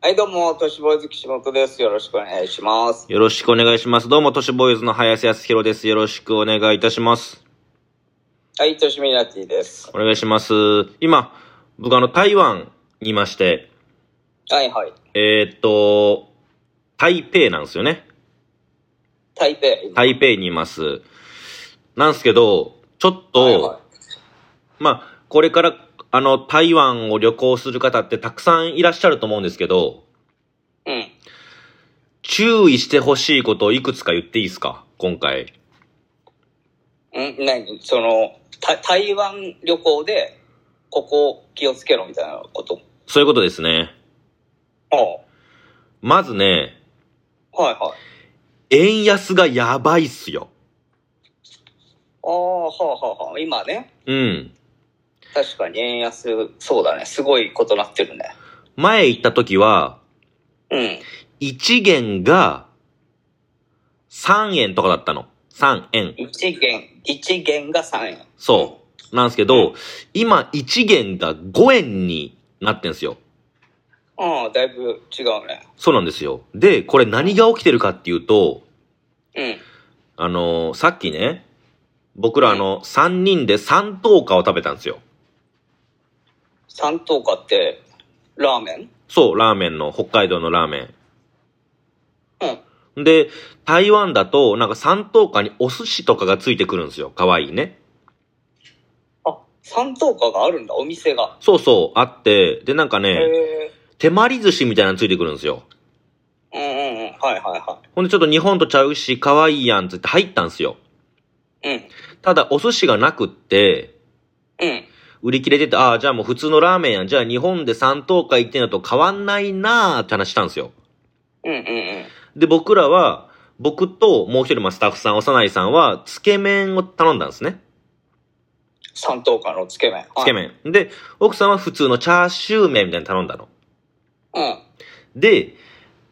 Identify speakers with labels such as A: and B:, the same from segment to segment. A: はい、どうも、都市ボーイズ岸本です。よろしくお願いします。
B: よろしくお願いします。どうも、都市ボーイズの林康弘です。よろしくお願いいたします。
A: はい、都市ミナティです。
B: お願いします。今、僕あの、台湾にいまして、
A: はいはい。
B: えーっと、台北なんですよね。
A: 台北。
B: 台北にいます。なんですけど、ちょっと、
A: はいは
B: まあ、これから、あの、台湾を旅行する方ってたくさんいらっしゃると思うんですけど、
A: い。うん。
B: 注意してほしいことをいくつか言っていいですか今回。
A: うん、何その、た台湾旅行で、ここ気をつけろみたいなこと。
B: そういうことですね。
A: ああ
B: まずね、
A: はいはい。
B: 円安がやばいっすよ。
A: ああ、はあはあはあ。今ね、
B: うん。
A: 確かに円安、そうだね。すごいことなってるね。
B: 前行った時は、
A: うん。
B: 1元が3円とかだったの。3円。
A: 一元、一元が3円。
B: そう。なんですけど、今1元が5円になってんすよ。
A: ああ、だいぶ違うね。
B: そうなんですよ。で、これ何が起きてるかっていうと、
A: うん。
B: あのーさっきね、僕らあの、3人で3等価を食べたんですよ。
A: 三等価って、ラーメン
B: そう、ラーメンの、北海道のラーメン。
A: うん。
B: で、台湾だと、なんか三等価にお寿司とかがついてくるんですよ。かわいいね。
A: あ、三等価があるんだ、お店が。
B: そうそう、あって、で、なんかね、
A: へ
B: 手まり寿司みたいなのついてくるんですよ。
A: え。うんうんうん。はいはいは
B: ほんで、ちょっと日本とちゃうし、かわいいやんつって入ったんですよ。
A: い。うん。
B: ただ、お寿司がなくって、
A: うん。
B: 売り切れてて、ああ、じゃあもう普通のラーメンやん。じゃあ日本で三等価行ってんのと変わんないなーって話したんですよ。
A: うんうんうん。
B: で、僕らは、僕ともう一人、まあ、スタッフさん、幼いさんは、つけ麺を頼んだんですね。
A: 三等価のつけ麺。
B: つけ
A: 麺。
B: 麺。で、奥さんは普通のチャーシュー麺みたいに頼んだの。
A: うん。
B: で、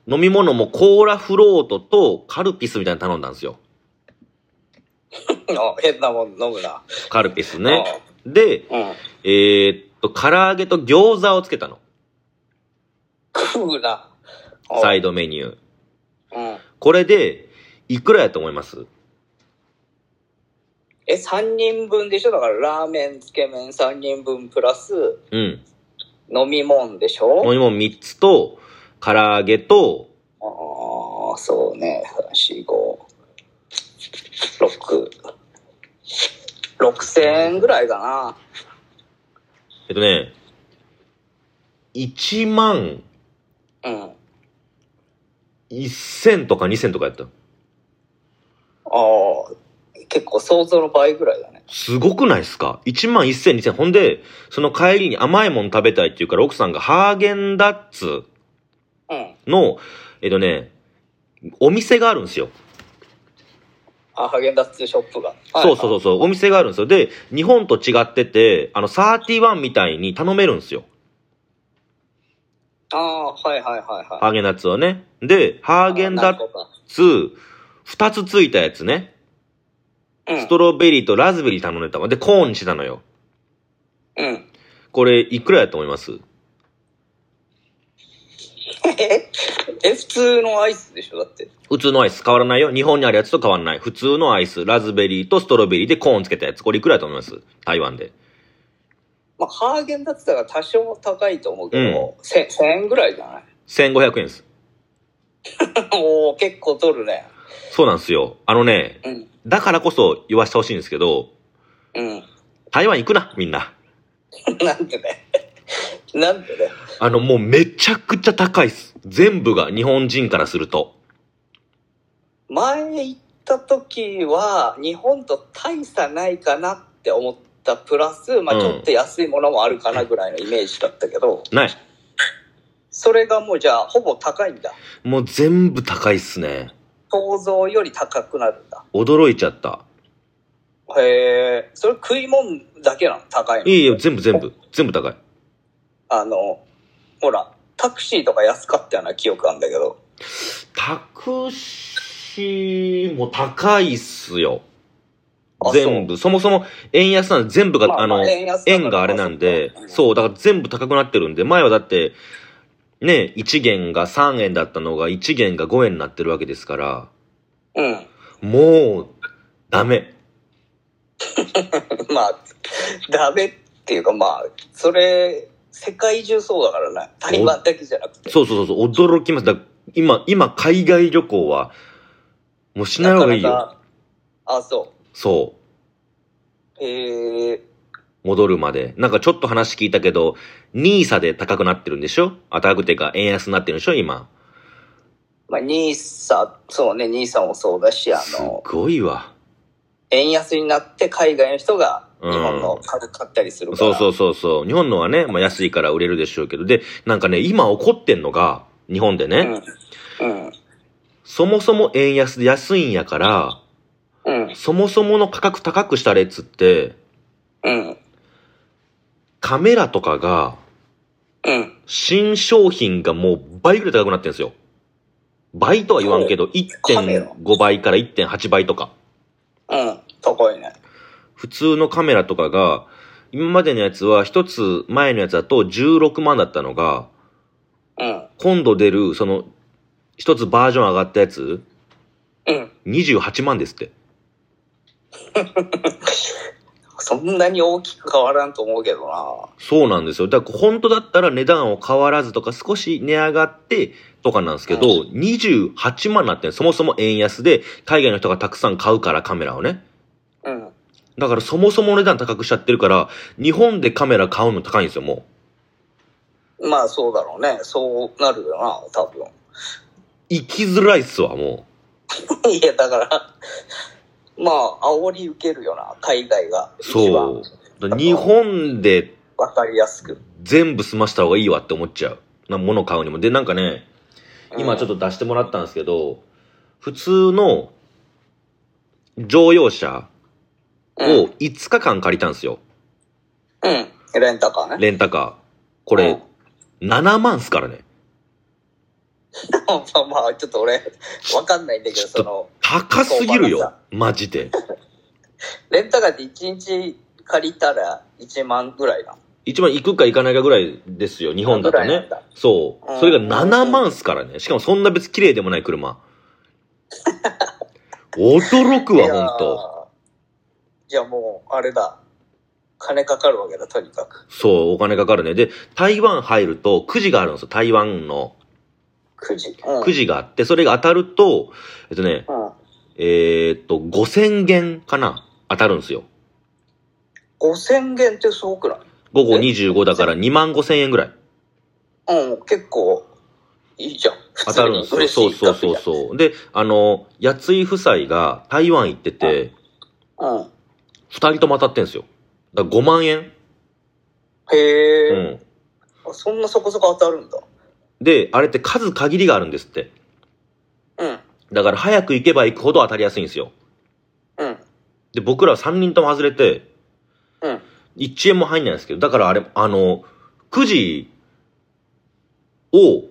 B: 飲み物もコーラフロートとカルピスみたいなの頼んだんですよ。
A: あ変なもん飲むな。
B: カルピスね。で、
A: うん。うん。
B: えーっと、唐揚げと餃子をつけたの。
A: 食うな。
B: サイ
A: ド。
B: ドメニュー。
A: うん。
B: これで、いくらやと思います
A: え、三人分でしょだからラーメン、つけ麺三人分プラス
B: うん。
A: 飲み物でし
B: 飲
A: ょ
B: み物3つと、唐揚げと、
A: ああ、そうね。三四五六六千円ぐらいかな。
B: えっとね、1万
A: うん。
B: 1000とか2000とかやった。
A: ああ、結構想像の倍ぐらいだね。
B: すごくないですか ?1 万1000、2000。ほんで、その帰りに甘いもの食べたいっていうから、奥さんがハーゲンダッツ
A: うん。
B: の、えっとね、お店があるんですよ。
A: あ、ハーゲンダッツショップが。
B: そうそうそうそう、お店があるんですよ。で、日本と違ってて、あの、31みたいに頼めるんですよ。
A: う。ああー、はいはいはいはい。
B: ハーゲンダッツはね。で、ハーゲンダッツ、二つついたやつね。
A: ッ
B: ストロベリーとラズベリー頼んでたわ。で、コーンにしてたのよ。
A: うん。うん。
B: これ、いくらやと思います
A: ええ、普通のアイスでしょだって。
B: 普通のアイス変わらないよ。日本にあるやつと変わらない。普通のアイス、ラズベリーとストロベリーでコーンつけたやつ。これいくらやと思います台湾で。
A: まあ、ハーゲンダッツだから多少高いと思うけど、千千1000円ぐらいじゃ ない
B: 1500円です。
A: おお結構取るね。
B: そうなんですよ。あのね、
A: うん。
B: だからこそ言わしてほしいんですけど、
A: うん。
B: 台湾行くな、みんな。
A: なんでね。 なんでね。
B: あの、もうめちゃくちゃ高いっす。全部が日本人からすると。
A: 前行った時は、日本と大差ないかなって思ったプラス、ま
B: う
A: あ
B: ん
A: ちょっと安いものもあるかなぐらいのイメージだったけど、
B: ない。
A: それがもうじゃあほぼ高いんだ。
B: もう全部高いっすね。
A: 想像より高くなるんだ。
B: 驚いちゃった。
A: へえ、それ食い物だけなの高いの
B: いいよ、全部全部。全部高い。
A: あの、ほら、タクシーとか安かったような記憶なんだけど。
B: タクシーも高いっすよ
A: あ。
B: 全部。そもそも円安なんで全部が、あの、
A: 円安だから
B: 円があれなんで
A: まあ、そっか
B: そう、だから全部高くなってるんで、前はだって、ね、1元が3円だったのが1元が5円になってるわけですから、
A: うん。
B: もう、ダメ。
A: まあ、ダメっていうか、まあ、それ、世界中そうだからな。台湾だけじゃなくて。
B: そうそうそうそう、驚きます。だ今、今、海外旅行は、もうしない方がいいよ。
A: なかなかあ、そ。
B: そう
A: えー、
B: う。戻るまで。なんかちょっと話聞いたけど、ニーサで高くなってるんでしょあ、高くてか、円安になってるんでしょ今。
A: まあ、ニーサ、そうね、ニーサもそうだし、あ
B: す
A: の、
B: ごいわ。
A: 円安になって海外の人が日
B: うん
A: 本の株買ったりするから。
B: そうそうそうそう。日本のはね、まあ安いから売れるでしょうけど。で、なんかね、今起こってんのが、日本でね、
A: うん。うん。
B: そもそも円安で安いんやから、
A: うん。
B: そもそもの価格高くしたれっつって、
A: うん。
B: カメラとかが、
A: うん。
B: 新商品がもう倍ぐらい高くなってんですよ。倍とは言わんけど、
A: カメラ
B: 1.5倍から1.8倍とか。
A: うん。高いね。
B: 普通のカメラとかが、今までのやつは一つ前のやつだと16万だったのが、
A: うん。
B: 今度出る、その、一つバージョン上がったやつ、
A: うん。
B: 28万ですって。
A: そんなに大きく変わらんと思うけどな。
B: そうなんですよ。だから本当だったら値段を変わらずとか少し値上がってとかなんですけど、28万になってんそもそも円安で海外の人がたくさん買うからカメラをね。
A: うん。
B: だからそもそも値段高くしちゃってるから、日本でカメラ買うの高いんですよ、も
A: まあそうだろうね。そうなるよな、多分。
B: う。行きづらいっすわ、も
A: いや、だから、まあ、煽り受けるよな、海外が。
B: う。
A: 一
B: そ
A: 番
B: う。だから日本で
A: わかりやすく。
B: 全部済ました方がいいわって思っちゃう。な物買うにも。で、なんかね、今ちょっ
A: と。
B: と出してもらったんですけど、普通の乗用車
A: うん
B: を5日間借りたんですよ。
A: うん。レンタカーね。
B: レンタカー。こ
A: う
B: れ
A: ん、
B: 7万っすからね。
A: まあ まあ、ちょっと俺、わかんないんだけど、
B: ちょ
A: そ
B: っと
A: の、
B: 高すぎ
A: そ
B: る
A: うわ
B: よ
A: か。
B: マジで。
A: レンタカーって1日借りたら1万ぐらいな。
B: 一番行くか行かないかぐらいですよ。日本だと
A: ぐらい
B: ね
A: なんだ。
B: そうう。
A: ん
B: それが7万っすからね。しかもそんな別に綺麗でもない車。驚く
A: いや
B: わ、
A: ー
B: ほんと。
A: じゃあもう、あれだ。金かかるわけだ、とにかく。
B: そう、お金かかるね。で、台湾入るとくじがあるんですよ。台湾の
A: 9時。うん。
B: くじがあって、それが当たると、えっとね、
A: うん。
B: えーっと、5000元かな当たるんですよ。
A: 5000元ってすごくない
B: 午後25だから2万5000円ぐらい。
A: うん、結構、いいじゃん。
B: 当たるんですよ。
A: 嬉し
B: そう
A: い
B: そうそう
A: う。
B: そう。で、あの、やつい夫妻が台湾行ってて、
A: うん。
B: 二人とも当たってんですよ。だから5万円
A: へ
B: う
A: え、
B: ん。
A: あそんなそこそこ当たるんだ。
B: で、あれって数限りがあるんですって。
A: うん。
B: だから早く行けば行くほど当たりやすいんですよ。
A: うん。
B: で、僕ら3人とも外れて、
A: うん。
B: 1円も入んないんですけど、だからあれ、あの、くじを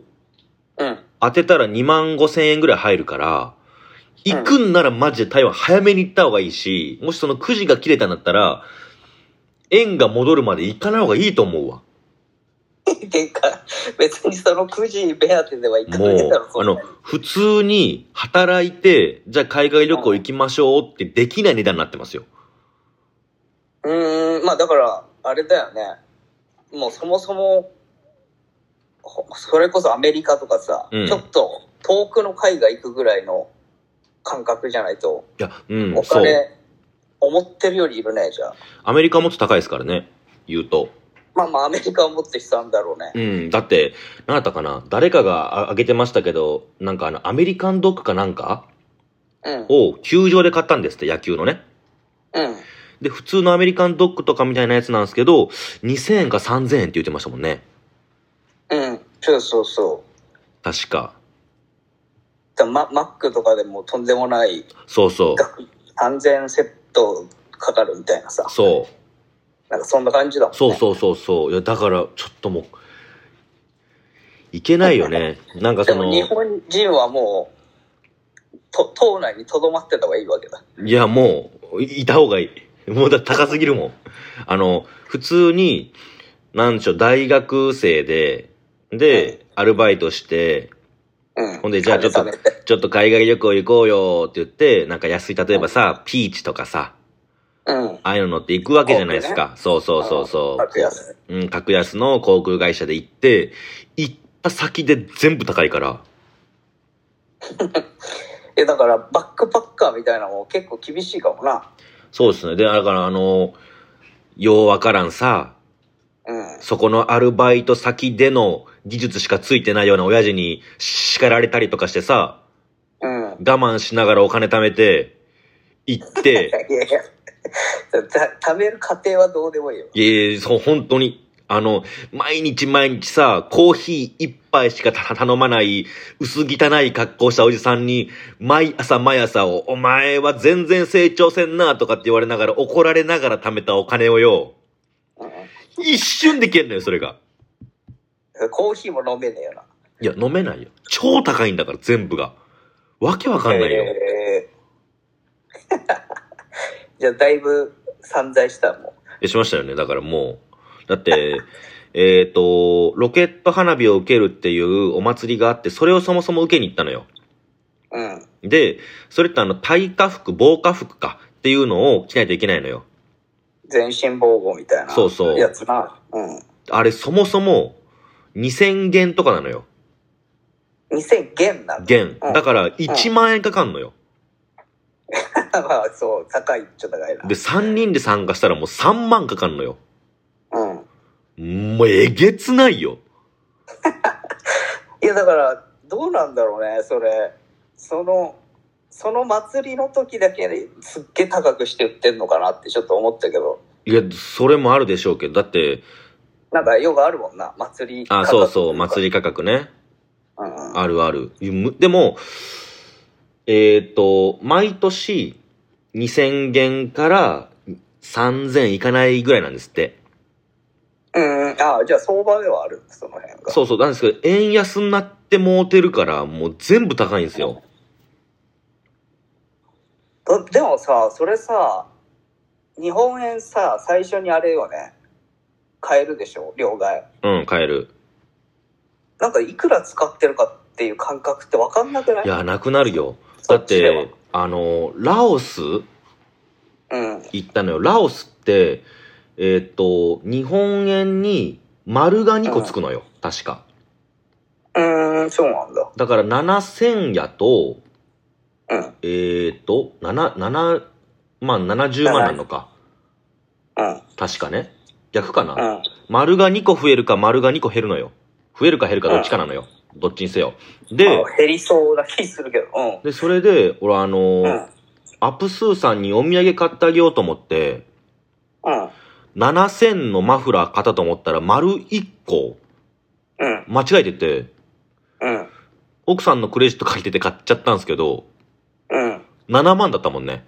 A: うん。
B: 当てたら2万5千円ぐらい入るから、行くんならマジで台湾早めに行った方がいいし、もしそのくじが切れたんだったら、円が戻るまで行かない方がいいと思うわ。
A: っていうか、別にその9時目当てではいか
B: も
A: な
B: う
A: いだろ、、そ
B: あ
A: んな
B: の
A: に、
B: 普通に働いて、じゃあ海外旅行行きましょうってできない値段になってますよ。
A: うーん、まあだから、あれだよね。もうそもそも、ほそれこそアメリカとかさ、
B: うん
A: ちょっと遠くの海外行くぐらいの感覚じゃないと、
B: いや、うん
A: お、
B: そう。
A: 金、思ってるよりいるね、じゃあ。
B: アメリカもっと高いですからね、言うと。
A: まあまあ、アメリカはもっと悲惨だろうね。
B: うん、だって、何だったかな誰かがあ上げてましたけど、なんかあの、アメリカンドッグかなんか
A: うん。
B: を球場で買ったんですって、野球のね。
A: うん。
B: で、普通のアメリカンドッグとかみたいなやつなんですけど、2000円か3000円って言ってましたもんね。
A: うん。そうそうそう。
B: 確か。
A: だママックとかでもとんでもない
B: そうそう。
A: 額、3000セットかかるみたいなさ、
B: そう。
A: なんかそんな感じだもんね。
B: そうそうそうそう。いや、だから、ちょっともう、いけない よね。なんか
A: で
B: そ
A: も
B: の、
A: 日
B: い
A: 本人はもう、と島内にとどまってた方がいいわけだ。
B: や、もう、いいた方がいい。もうだ、高すぎるもん。あの、普通に、なんでしょう、大学生で、で、アルバイトして、
A: うん。
B: ほんでじゃあちょっと
A: 金貯めて
B: ちょっと海外旅行行こうよって言って、なんか安い、例えばさ、ピーチとかさ、
A: うん。
B: ああいうの乗って行くわけじゃないですか。そうそうそうそ
A: 格安。
B: う。うん、格安の航空会社で行って、行った先で全部高いから。
A: え、だから、バックパッカーみたいなのも結構厳しいかもな。
B: そうですね。で、だからあの、ようわからんさ、
A: うん。
B: そこのアルバイト先での技術しかついてないような親父に叱られたりとかしてさ、
A: うん。
B: 我慢しながらお金貯めて、行って、
A: いやいや、た食べる過程はどうでもいいよ。
B: いやいやそう、本当に、あの、毎日毎日さ、コーヒー一杯しかた頼まない、薄汚い格好したおじさんに、毎朝毎朝を、お前は全然成長せんな、とかって言われながら、怒られながら貯めたお金をよ、
A: うん
B: 一瞬で消えんのよ、それが。
A: コーヒーも飲めねえよな。
B: いや、飲めないよ。超高いんだから、全部が。わけわかんないよ。
A: えー じゃあ、だいぶ散財したもん。
B: えしましたよね。だからもう。だって、 えっと、ロケット花火を受けるっていうお祭りがあって、それをそもそも受けに行ったのよ。
A: うん。
B: で、それってあの、耐火服、防火服かっていうのを着ないといけないのよ。
A: 全身防護みたいな。
B: そうそう
A: やつな。うん。
B: あれ、そもそも、2000元とかなのよ。
A: 2000元なの。
B: 元。
A: うん
B: だから、1万円かかんのよ。
A: まあ、 そう、高いっちゃ高いな。
B: で、3人で参加したらもう3万かかんのよ。
A: うん。
B: もう、えげつないよ。
A: いや、だから、どうなんだろうね、それ。その、その祭りの時だけですっげえ高くして売ってんのかなってちょっと思ったけど、
B: いや、それもあるでしょうけど、だって、
A: なんか用があるもんな、祭り。
B: あ、そうそう、祭
A: り。
B: り価格ね。
A: うん。
B: あるある。むでも、えっ、と、毎年2000元から3000いかないぐらいなんですって。
A: うん、あじゃあ相場ではある、その辺が。
B: そうそう、なんですけど、円安になってもうてるから、もう全部高いんですよ。
A: だでもさそれさ日本円さ最初にあれよね買えるでしょ両替
B: うん、買える。
A: なんかいくら使ってるかっていう感覚って分かんなくない
B: いや、なくなるよ。
A: そ
B: だっ
A: ちでは
B: て、あの、ラオス
A: うん
B: 行ったのよ。ラオスって、えっ、と、日本円に丸が2個つくのよ。確か。
A: うーんそうなんだ
B: だから7000やと、
A: うん
B: えーと、7、7万、70万なのか。
A: うん
B: 確かね。逆か
A: う
B: な。
A: ん
B: 丸が2個増えるか、丸が2個減るのよ。増えるか減るかどっちかなのよ。どっちにせよ。で
A: ま、あ減りそうな気するけどうん
B: で、それで、俺あの
A: う
B: ー
A: ん、
B: アップスーさんにお土産買ってあげようと思って、
A: うん
B: 7000のマフラー買ったと思ったら、丸1個、
A: うん
B: 間違えてて、
A: うん
B: 奥さんのクレジット借りてて買っちゃったんですけど、
A: うん
B: 7万だったもん ね。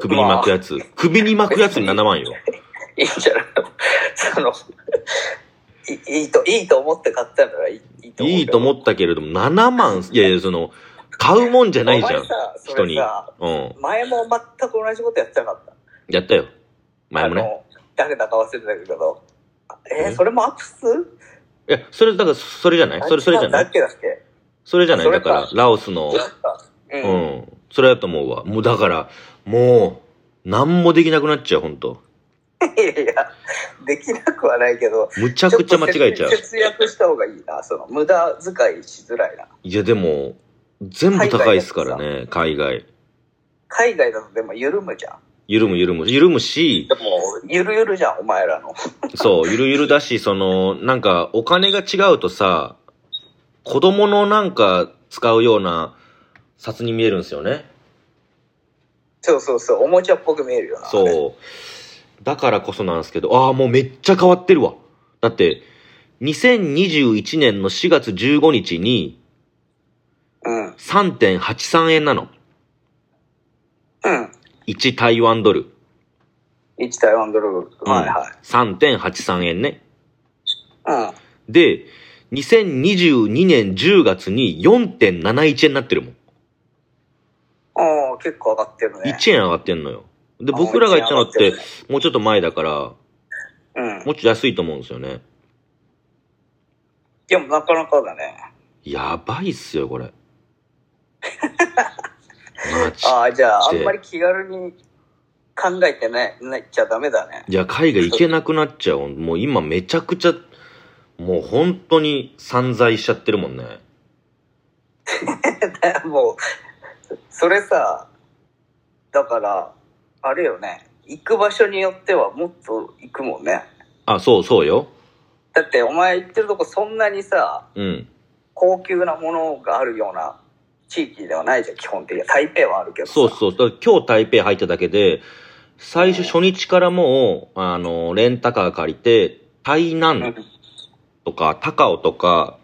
B: 首に巻くやつ。首に巻くやつに7万よ。
A: いいんじゃないその いいいといいと思って買ったならいいいいと思う
B: いいと思
A: って
B: ったけれども、7万、いやいや、その、買うもんじゃないじゃん。
A: 人
B: 人
A: に
B: にうん。
A: 前も全く同じことやってなかった
B: やったよ。前も
A: あ
B: ね。
A: の誰だか忘れたけどえ
B: え
A: ー、それもアップス
B: いや、それ、だから、それじゃないそれ、それじゃな
A: だっ
B: い
A: けだっけ
B: それじゃない
A: それ
B: だ
A: か
B: から、ラオスの、
A: う、
B: うんん。それだと思うわ。もうだから、もう、なんもできなくなっちゃう、ほんと。
A: いやできなくはないけど
B: むちゃくちゃ間違えちゃう
A: ょっ。と節約した方がいいなその無駄遣いしづらいない
B: や、でも、全部高いですからね、海外。
A: 海外だとでも緩むじゃん
B: 緩む緩む。緩むし、
A: でもゆるゆるじゃんお前らの
B: そう、ゆるゆるだし、その、なんか、お金が違うとさ、子供のなんか使うような札に見えるんですよね。
A: そうそうそうおもちゃっぽく見えるよなう
B: そう。だからこそなんですけど、ああ、もうめっちゃ変わってるわ。だって、2021年の4月15日に
A: うん
B: 3.83円なの。
A: うん
B: 1台湾ドル。
A: 1台湾ドルはいはい
B: 3.83円ね。
A: うん
B: で、2022年10月に4.71円になってるもん。
A: ああ結構上がってるね
B: 1円上がってんのよ。で、僕らが言ったのって、もうちょっと前だから、
A: うん
B: もうちょっと安いと思うんですよね。
A: でもなかなかだね。
B: やばいっすよ、これ。マジ。
A: ああ、じゃあ、あ
B: で
A: んまり気軽に考えてない、ないちゃダメだね。
B: いや、海外行けなくなっちゃう。もう今めちゃくちゃ、もう本当に散財しちゃってるもんね。
A: もう、それさ、だから、あれよね、行く場所によってはもっと行くもんね。
B: あ、そうそうよ。
A: だってお前行ってるとこそんなにさ、
B: うん。
A: 高級なものがあるような地域ではないじゃん、基本的には。台北はあるけどさ。
B: そうそう。だから今日台北入っただけで、最初初日からもう、あの、レンタカー借りて、台南とか高尾とか、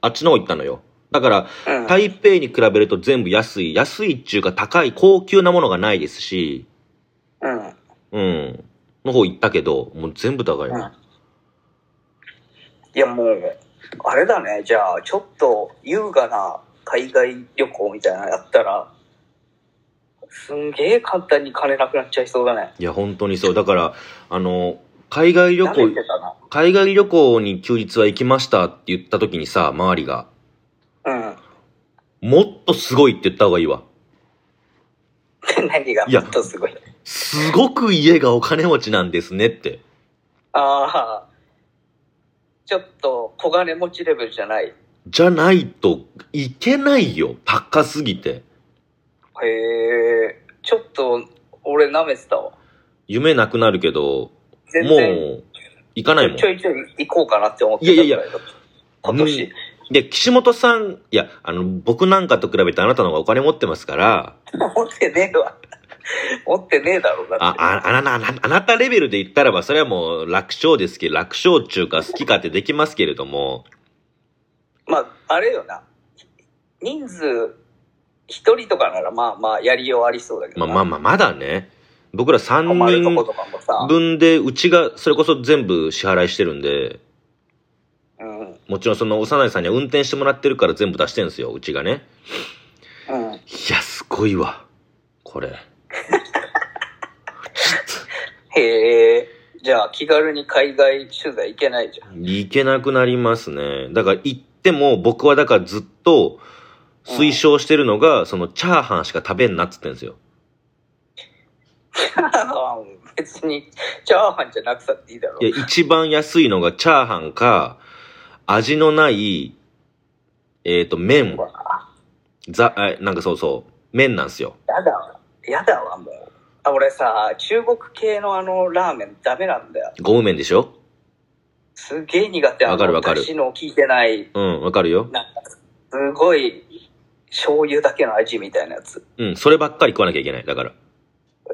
B: あっちの方行ったのよ。だから、
A: うん。うん。
B: 台北に比べると全部安い。安いっていうか高い、高級なものがないですし、
A: うん。
B: うん。の方行ったけど、もう全部高いな。
A: いやもう、あれだね、じゃあ、ちょっと優雅な海外旅行みたいなのやったら、すんげえ簡単に金なくなっちゃいそうだね。
B: いや、本当にそう。だから、あの、海外旅
A: 舐め
B: 行
A: て、たな。
B: 海外旅行に休日は行きましたって言った時にさ、周りが、
A: うん。
B: もっとすごいって言った方がいいわ。
A: 何が
B: いや
A: もっとすごい。
B: すごく家がお金持ちなんですねって。
A: ああ、ちょっと小金持ちレベルじゃない。
B: じゃないといけないよ。高すぎて。
A: へえ、ちょっと俺舐めてたわ。
B: 夢なくなるけど、
A: 全
B: も
A: 然
B: う、行かないもん
A: ち。ょいちょい行こうかなって思って
B: いやいやい
A: や、今年。
B: で、岸本さん、いや、あの、僕なんかと比べてあなたの方がお金持ってますから、
A: 持ってねえわ。 持ってねえだろ、だって。
B: あ、あ、あなあなあなたレベルで言ったらば、それはもう楽勝ですけど、楽勝っていうか好き勝手できますけれども、
A: まあ、あれよな。人数、一人とかならまあまあやりようありそうだけ
B: ま
A: どな。
B: あまあまあ、まだね、僕ら3
A: 泊まるとこと
B: 人
A: かもさ。
B: 分で、うちがそれこそ全部支払いしてるんで、
A: うん。うん。
B: もちろんその幼いさんには運転してもらってるから全部出してるんですよ、うちがね。いや、すごいわ。これ。
A: へえ。じゃあ気軽に海外取材行けない じゃん。
B: いけなくなりますね。だから行っても、僕はだからずっと推奨してるのが、そのチャーハンしか食べんなっつってんですよ。
A: チャーハン、別に、チャーハンじゃなくたっていいだろ
B: い。や、一番安いのがチャーハンか、味のない、えっ、と、麺
A: う。わ
B: ざ、えなんかそうそう、麺なんですよ。
A: やだわ。やだわ、もう。あ、俺さ、中国系のあの、ラーメンダメなんだよ。
B: ゴム麺でしょ
A: すげえ苦手あの
B: わかるわかる
A: 出汁の効いてない、
B: うん、わかるよ。
A: なんか、すごい、醤油だけの味みたいなやつ。
B: うん、そればっかり食わなきゃいけない。だから。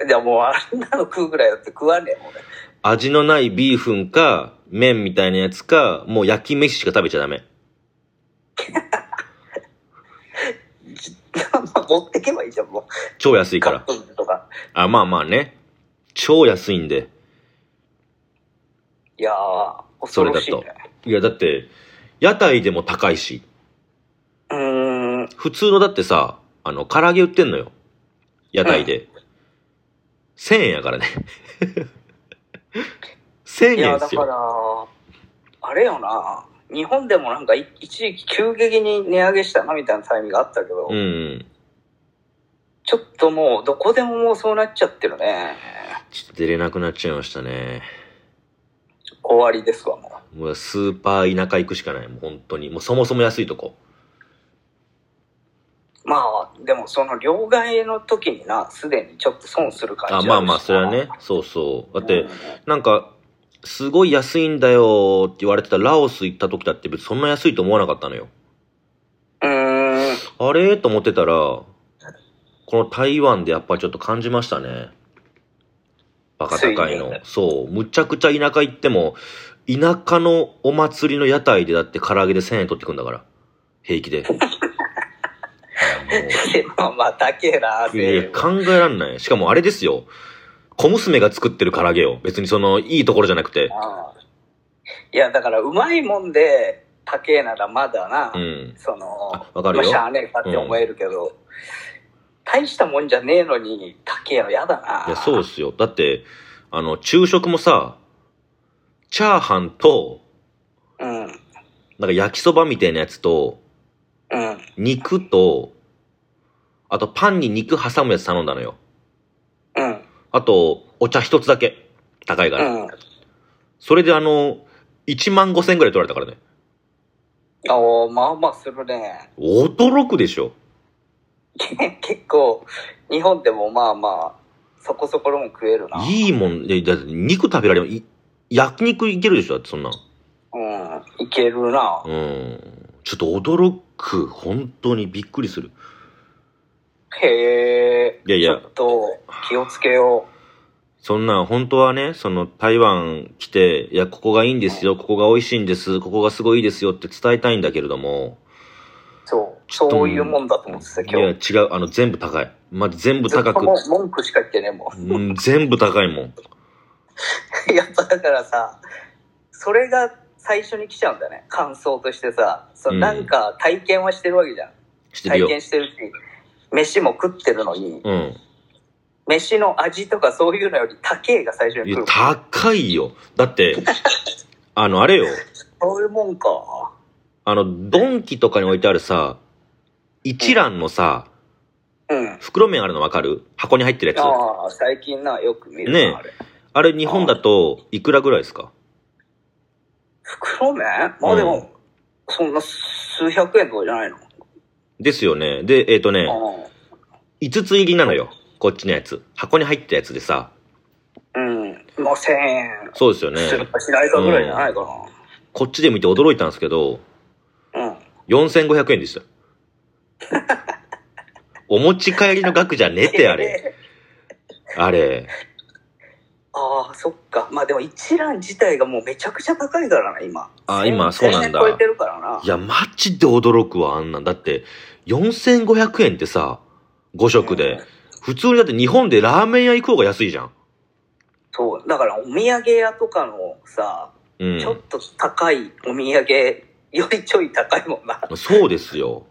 A: でももう、あんなの食うぐらいだって食わねえもんね。
B: 味のないビーフンか、麺みたいなやつか、もう焼き飯しか食べちゃダメ。
A: 持ってけばいいじゃん、 もう。
B: 超安いか
A: カッ
B: ら。
A: プ麺とか。
B: あ、まあまあね。超安いんで。
A: いやー、恐ろしいね
B: そ。いや、だって、屋台でも高いし、
A: うーん、
B: 普通のだってさ、あの、唐揚げ売ってんのよ。屋台で。1000円やからね。1000
A: いやだ
B: 円です
A: か
B: よ。
A: らあれよな日本でもなんかい一時期急激に値上げしたなみたいなタイミングがあったけど、
B: うんうん。
A: ちょっともうどこでももうそうなっちゃってるね
B: ちょっと出れなくなっちゃいましたね。
A: 終わりですわも
B: もうスーパー田舎行くしかない。もう本当に。もうそもそも安いとこ。
A: うまあでもその両替の時になすでにちょっと損する感じ
B: あ、
A: るし
B: まあまあ、それはね。そうそう。だって
A: うん、
B: なんか、すごい安いんだよって言われてたラオス行った時だって別にそんな安いと思わなかったのよ。
A: うーん
B: あれと思ってたら、この台湾でやっぱりちょっと感じましたね。バカ高い
A: つい
B: の
A: に。
B: そう。むちゃくちゃ田舎行っても、田舎のお祭りの屋台でだって唐揚げで1000円取ってくんだから。平 気で。いやもう
A: でまあまあ高えない
B: や
A: 全部
B: 考えらんない。しかもあれですよ。小娘が作ってる唐揚げよ。別にその、いいところじゃなくて。
A: ああいやだからうまいもんで高えならまだな、
B: うん。
A: その
B: あわかるよ
A: まあ、しゃあねえかって思えるけど、大したもんじゃねえのに高えのやだない
B: や、そうっすよ。だって、あの、昼食もさ、チャーハンと、
A: うん
B: なんか焼きそばみたいなやつと、
A: うん。
B: 肉と、あとパンに肉挟むやつ頼んだのよ。
A: うん。
B: あと、お茶一つだけ。高いから。
A: うん。
B: それであの、1万5千ぐらい取られたからね。
A: あおまあまあするね。
B: 驚くでしょ。
A: 結構、日本でもまあまあ、そこそこのも食えるな。
B: いいもん。でだって肉食べられる。い焼肉いけるでしょだってそんなん。
A: うん。いけるな。
B: うん。ちょっと驚く。本当にびっくりする。
A: へえ。
B: いやいや
A: ちょっと、気をつけよ
B: そんなん、本当はね、その台湾来て、いや、ここがいいんですよ、ここが美味しいんです、ここがすごいいですよって伝えたいんだけれども、
A: う。そう。そういうもんだと思ってた、
B: いや、
A: 今日。
B: 違う、あの、全部高い。まじ全部
A: ずっ
B: 高
A: と
B: く、
A: もう文句しか言ってねえもん。
B: うん、全部高いもん。
A: やっぱだからさそれが最初に来ちゃうんだね感想としてさその
B: うん
A: なんか体験はしてるわけじゃん、
B: してる
A: 体
B: よ。
A: 験してるし飯も食ってるのに
B: うん。
A: 飯の味とかそういうのより高えが最初に
B: い
A: 来
B: や
A: る
B: 高いよ。だって、あの、あれよ、
A: そういうもんか
B: あの、ドンキとかに置いてあるさ、一蘭のさ、
A: うん
B: 袋麺あるのわかる箱に入ってるやつ。
A: ああ最近なよく見るな、
B: ねえ
A: あれ
B: あれ、日本だと、いくらぐらいですか
A: 袋麺まあでも、
B: うん
A: そんな数百円とかじゃないの、
B: ですよね。で、えっ、とね、
A: ああ
B: 5つ入りなのよ。こっちのやつ。箱に入ったやつでさ。
A: うんまあ1000円
B: そうですよね。
A: するかしないかぐらいじゃないか
B: こっちで見て驚いたんですけど、
A: なうん
B: 4500円でした。お持ち帰りの額じゃねえって、あれ。あれ。
A: ああ、そっか。まあでも一蘭自体がもうめちゃくちゃ高いからな、今。
B: あ今
A: 1000
B: そうなんだ
A: 1000円超えてるからな。
B: いや、マジで驚くわ、あんなん。だって、4500円ってさ、5食で。普通にだって日本でラーメン屋行く方が安いじゃん。
A: そう。だからお土産屋とかのさ、
B: う
A: ちょっ
B: ん。
A: と高いお土産よりちょい高いもんな。
B: そうですよ。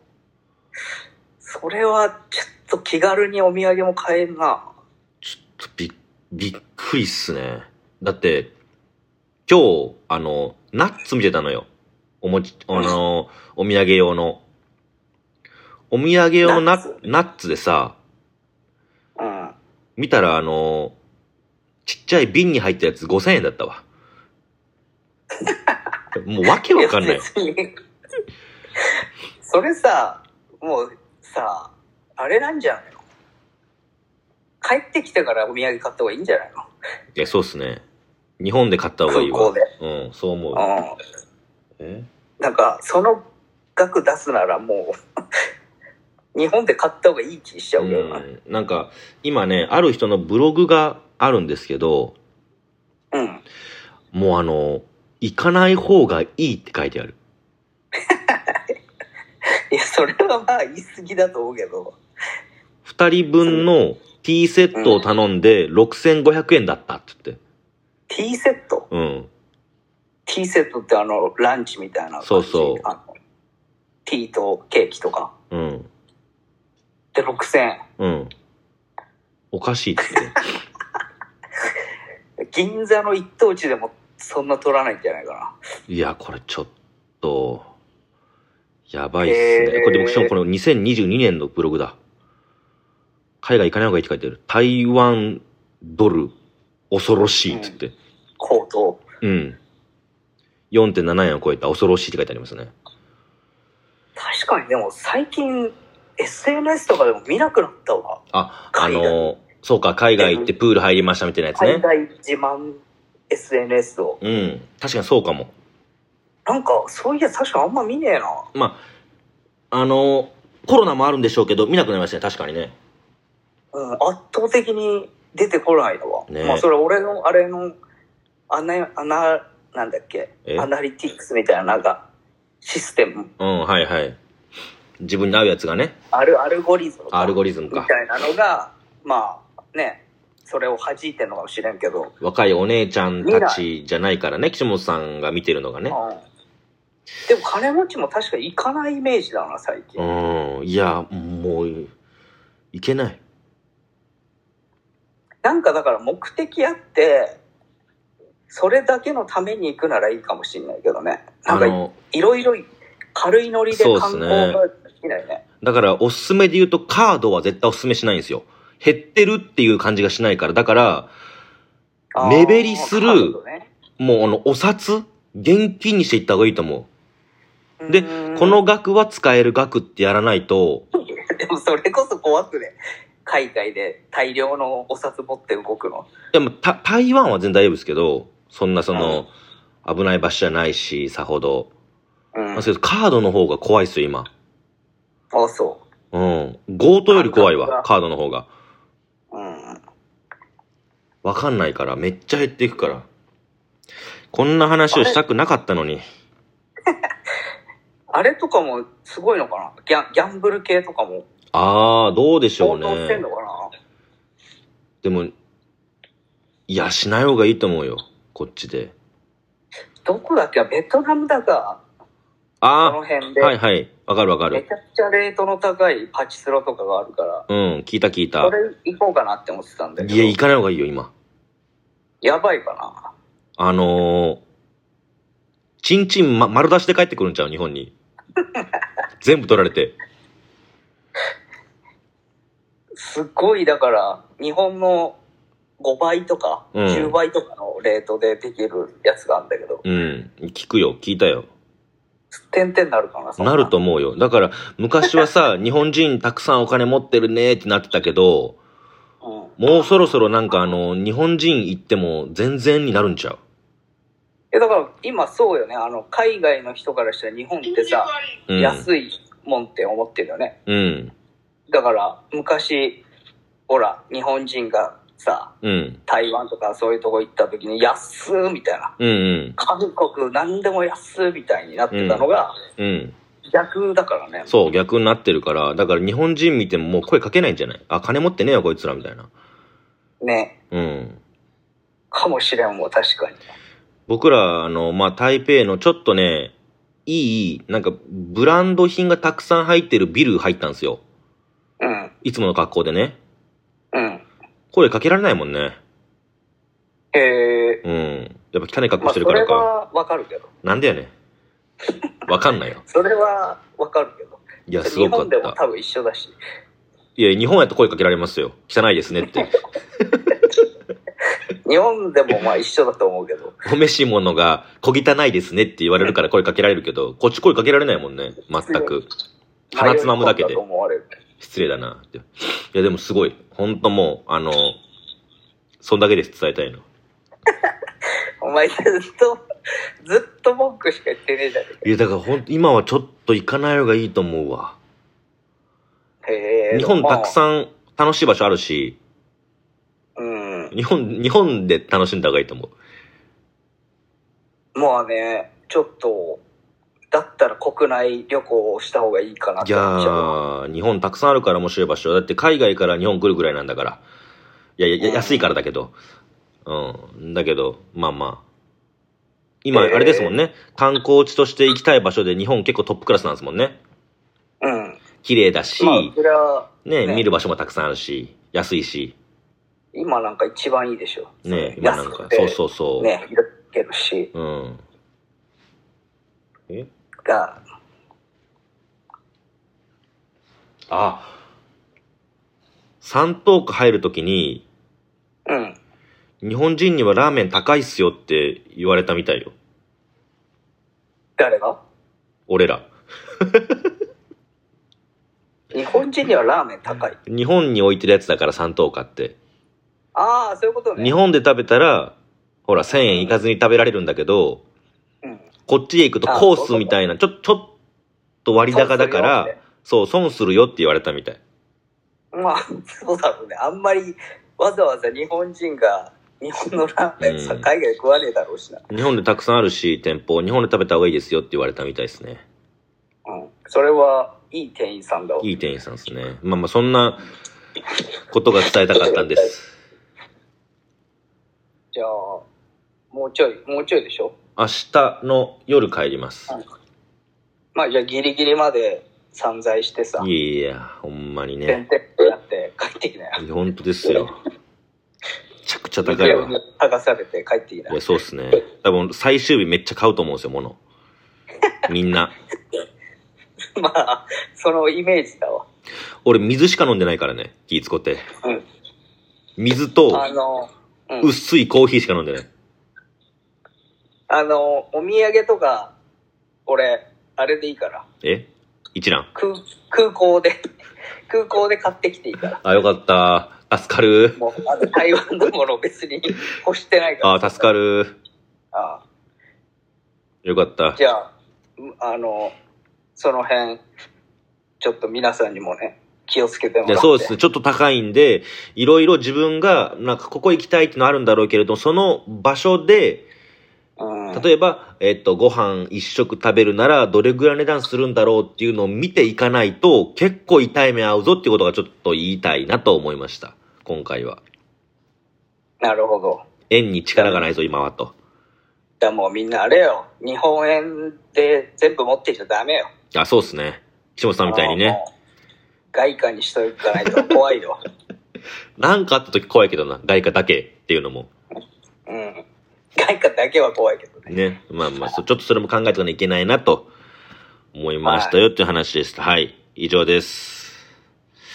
A: それはちょっと気軽にお土産も買えるな。
B: ちょっとび、びっくりっすね。だって、今日、あの、ナッツ見てたのよ。おもち、あの、お土産用の。お土産用のナッナッツでさ、
A: うん。
B: 見たらあの、ちっちゃい瓶に入ったやつ5000円だったわ。もうわけわかんない。
A: 別に。 それさ、もうさ、あれなんじゃないの帰ってきてからお土産買った方がいいんじゃないの
B: いや、そうっすね。日本で買った方がいい
A: 空
B: わ
A: 港。
B: うん、そう思
A: う
B: う。
A: ん。
B: え
A: なんかその額出すならもう 日本で買った方がいい気しちゃうけどなうん、
B: うん、なんか、今ね、ある人のブログがあるんですけど、もうあの、行かない方がいいって書いてある。
A: いやそれはまあ言い過ぎだと思うけど
B: 二人分のティーセットを頼んで6500円だったって言って。
A: T セット
B: うん。
A: T セットってあのランチみたいな感じ
B: そうそう
A: あの T とケーキとか
B: うん。
A: で6000円
B: うん。おかしいって言って。
A: 銀座の一等地でもそんな取らないんじゃないか
B: いや、これちょっと、やばいっすね。
A: へー
B: これでも、しかもこの2022年のブログだ。海外行かない方がいいって書いてある。台湾ドル恐ろしいって言って。
A: な高騰
B: うん。4.7円を超えた恐ろしいって書いてありますね。
A: 確かにでも最近 SNS とかでも見なくなったわ
B: あ、あ
A: 海外
B: の、そうか、海外行ってプール入りましたみたいなやつ
A: 海
B: ね。
A: 外自慢 SNS を
B: うん。確かにそうかも。
A: なんかそういや確かあんま見ねえな
B: まあ、あの、コロナもあるんでしょうけど、見なくなりましたね、確かにね。
A: うん、圧倒的に出てこないのは、
B: ね
A: まあそれは俺のあれのアナアナなんだっけ
B: え
A: アナリティクスみたいななんかシステム
B: うん、はいはい。自分に合うやつがね、
A: アルアルゴリズムか
B: アルゴリズムか
A: み。たいなのがまあねそれを弾いてるのかもしれんけど、
B: 若いお姉ちゃんたちじゃないからね、岸本さんが見てるのが
A: う
B: ね
A: ん。、でも金持ちも確か行かないイメージだな最近、
B: うん、いや、もう、いけない。
A: なんかだから目的あってそれだけのために行くならいいかもしれないけどね。な
B: あ
A: んか、
B: の、
A: いろいろ軽いノリで
B: そう
A: 観
B: っす
A: 光
B: ね
A: ができないね。
B: だからおすすめで言うとカードは絶対おすすめしないんですよ。減ってるっていう感じがしないから。だから、
A: あー
B: 目減りする
A: なほどね
B: もうあの、お札現金にしていった方がいいと思う。で、
A: うーん
B: この額は使える額ってやらないと、
A: でもそれこそ怖くね。海外で大量のお札持って動くの。
B: でもた台湾は全然大丈夫ですけど、そんなそ
A: うん
B: の、危ない場所じゃないし、さほど。
A: うん。
B: なん
A: あ
B: ですけど、カードの方が怖いっすよ、今。
A: そ
B: うん。強盗より怖いわ、
A: 感覚が
B: カードの方が。
A: う。うん。
B: わかんないから、めっちゃ減っていくから。こんな話をしたくなかったのに。
A: あれとかもすごいのかなギャンギャンブル系とかも
B: ああ、どうでしょ
A: 相
B: う
A: 当してんの。
B: ね
A: かな、
B: でも、いや、しない方がいいと思うよ。こっちで。
A: どこだっけベトナムだか、こ
B: あ
A: の辺
B: あ、
A: で。
B: はいはい。わかるわか
A: め
B: る。
A: ちゃくちゃレートの高いパチスロとかがあるから、
B: うん、聞いた聞いた
A: そ。れ行こうかなって思ってたんだけ
B: いや、行
A: ど、
B: かない方がいいよ、今。
A: やばいか
B: あのー、チンチン、ま、丸出しで帰ってくるんちゃう日 本に。全部取られて。
A: なすっごい、だから、日本の5倍とか、
B: うん
A: 10倍とかのレートでできるやつがあるんだけど、
B: うん。聞くよ、聞いたよ。
A: 点々なるかな、そん
B: なると。思うよ。だから、昔はさ、日本人たくさんお金持ってるねってなってたけど、
A: うん。
B: もうそろそろなんかあの、日本人行っても全然になるんちゃう
A: えだから、今そうよね、あの、海外の人からしたら日本ってさ、
B: うん。
A: 安いもんって思ってるよね。
B: うん。
A: だから昔ほら日本人がさ
B: うん。
A: 台湾とかそういうとこ行った時に「安っ」みたいな
B: うんうん。
A: 韓国何でも安っみたいになってたのが
B: うん。
A: 逆だからね、
B: そう、逆になってるから、だから日本人見てももう声かけないんじゃないあ、金持ってねえよ、こいつら、みたいな。
A: ね
B: うん。
A: かもしれんも確かに
B: 僕ら、あの、まあ、台北のちょっとね、いい、なんか、ブランド品がたくさん入ってるビル入ったんですよ。
A: うん
B: いつもの格好でね。
A: うん
B: 声かけられないもんね。
A: へえ
B: うん。やっぱ汚い格好
A: まあそ
B: してるか
A: れ
B: らか。
A: はわかるけど
B: なんだよね。わかんないよ。
A: それはわかるけど
B: いや、す
A: 日
B: ごか
A: 本
B: っ
A: でも
B: た。
A: 多分一緒だし
B: いや、日本やと声かけられますよ。汚いですねって。
A: 日本でもまあ一緒だと思うけど
B: お召し物が小汚いですねって言われるから声かけられるけど、こっち声かけられないもんね。全く。鼻つまむだけ
A: 迷い込ん
B: で
A: と。思われる
B: 失礼だなって。いや、でもすごい。ほんともう、あの、そんだけです伝えたいの。
A: お前ずっと ずっと文句しか言ってねえじゃねえか
B: いや、だからほんと、今はちょっと行かない方がいいと思うわ。
A: へえ
B: 日本たく
A: ん、
B: さん楽しい場所あるし、
A: うん、
B: 日本、日本で楽しんだ方がいいと思う。
A: まあねちょっとだったら国内旅行をした方がいいかなっ
B: い
A: て
B: や
A: 思っちゃう
B: ー、日本たくさんあるから面白い場所。だって海外から日本来るぐらいなんだから。いやいや、
A: うん
B: 安いからだけど。うん。だけど、まあまあ。今、あ
A: えー
B: れですもんね。観光地として行きたい場所で日本結構トップクラスなんですもんね。
A: うん
B: 綺麗だし、
A: まあそれは
B: ね
A: ね
B: 見る場所もたくさんあるし、安いし、
A: 今なんか一番いいでしょ
B: ね今なんか、そうそうそう。
A: ねいるけどし
B: うん。え
A: が
B: あ三等区入るときに、
A: うん
B: 日本人にはラーメン高いっすよって言われたみたいよ。
A: 誰が
B: 俺ら。
A: 日本人にはラーメン高い
B: 日本に置いてるやつだから三等価って。
A: ああそういうことね
B: 日本で食べたら、ほら、1000円いかずに食べられるんだけど、
A: うん
B: こっちへ行くと
A: あ
B: コースみたいな、ちょ、ちょっと割高だ
A: そ
B: か
A: うするよ
B: ら、そう、損するよって言われたみたい。
A: ってまあそうだろうねあんまりわざわざ日本人が日本のラーメンさ
B: うん
A: 海外食わねえだろうしな
B: 日本でたくさんあるし、店舗、日本で食べた方がいいですよって言われたみたいですね。
A: うん、それはいい店員さんだわ
B: いい店員さんですね。まあまあ、そんなことが伝えたかったんです。
A: じゃあもうちょいもうちょいでしょ
B: 明日の夜帰ります。
A: まあじゃあギリギリまで散財してさ
B: いやいや、ほんまに
A: 点
B: ね。
A: 々やって帰ってきなよ
B: いや本当ですよ。めちゃくくちゃ高いわ。
A: に剥がされて帰っていない
B: いや、。そうっすね。多分、最終日めっちゃ買うと思うんですよ、物。みんな。
A: まあ、そのイメージだわ。
B: 俺、水しか飲んでないからね、気ぃ使って。
A: うん
B: 水
A: あ
B: と、
A: の、うん
B: 薄いコーヒーしか飲んでない。
A: あの、お土産とか、俺、あれでいいから。
B: え一覧。
A: 空、空港で、 空港で買ってきていいから。
B: あ、よかった。助かる。
A: もう、あ の台湾のもの別に欲してないから。
B: あ、助か
A: る。
B: る。
A: あ
B: よかった。
A: じゃあ、うあの、その辺、ちょっと皆さんにもね、気をつけても
B: い
A: らっ
B: や
A: て。
B: そうですね。ちょっと高いんで、いろいろ自分が、なんかここ行きたいっていうのあるんだろうけれど、その場所で、
A: うん。
B: 例えば、えっと、ご飯一食食べるなら、どれぐらい値段するんだろうっていうのを見ていかないと、結構痛い目合うぞっていうことがちょっと言いたいなと思いました。今回は。
A: なるほど。
B: 円に力がないぞ、今はと。
A: じゃあもうみんなあれよ。日本円で全部持ってちゃダメよ。
B: あ、そうっすね。岸本さんみたいにね。
A: もう。外貨にしとかないと怖 いよ。
B: なんかあった時怖いけどな。外貨だけっていうのも。
A: うん。外貨だけは怖いけどね。
B: ね。まあまあ、そちょっとそれも考えてかないといけないなと思いましたよっていう話でした。はい。以上です。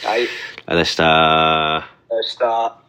A: はい。
B: ありがとうございました。
A: 明日。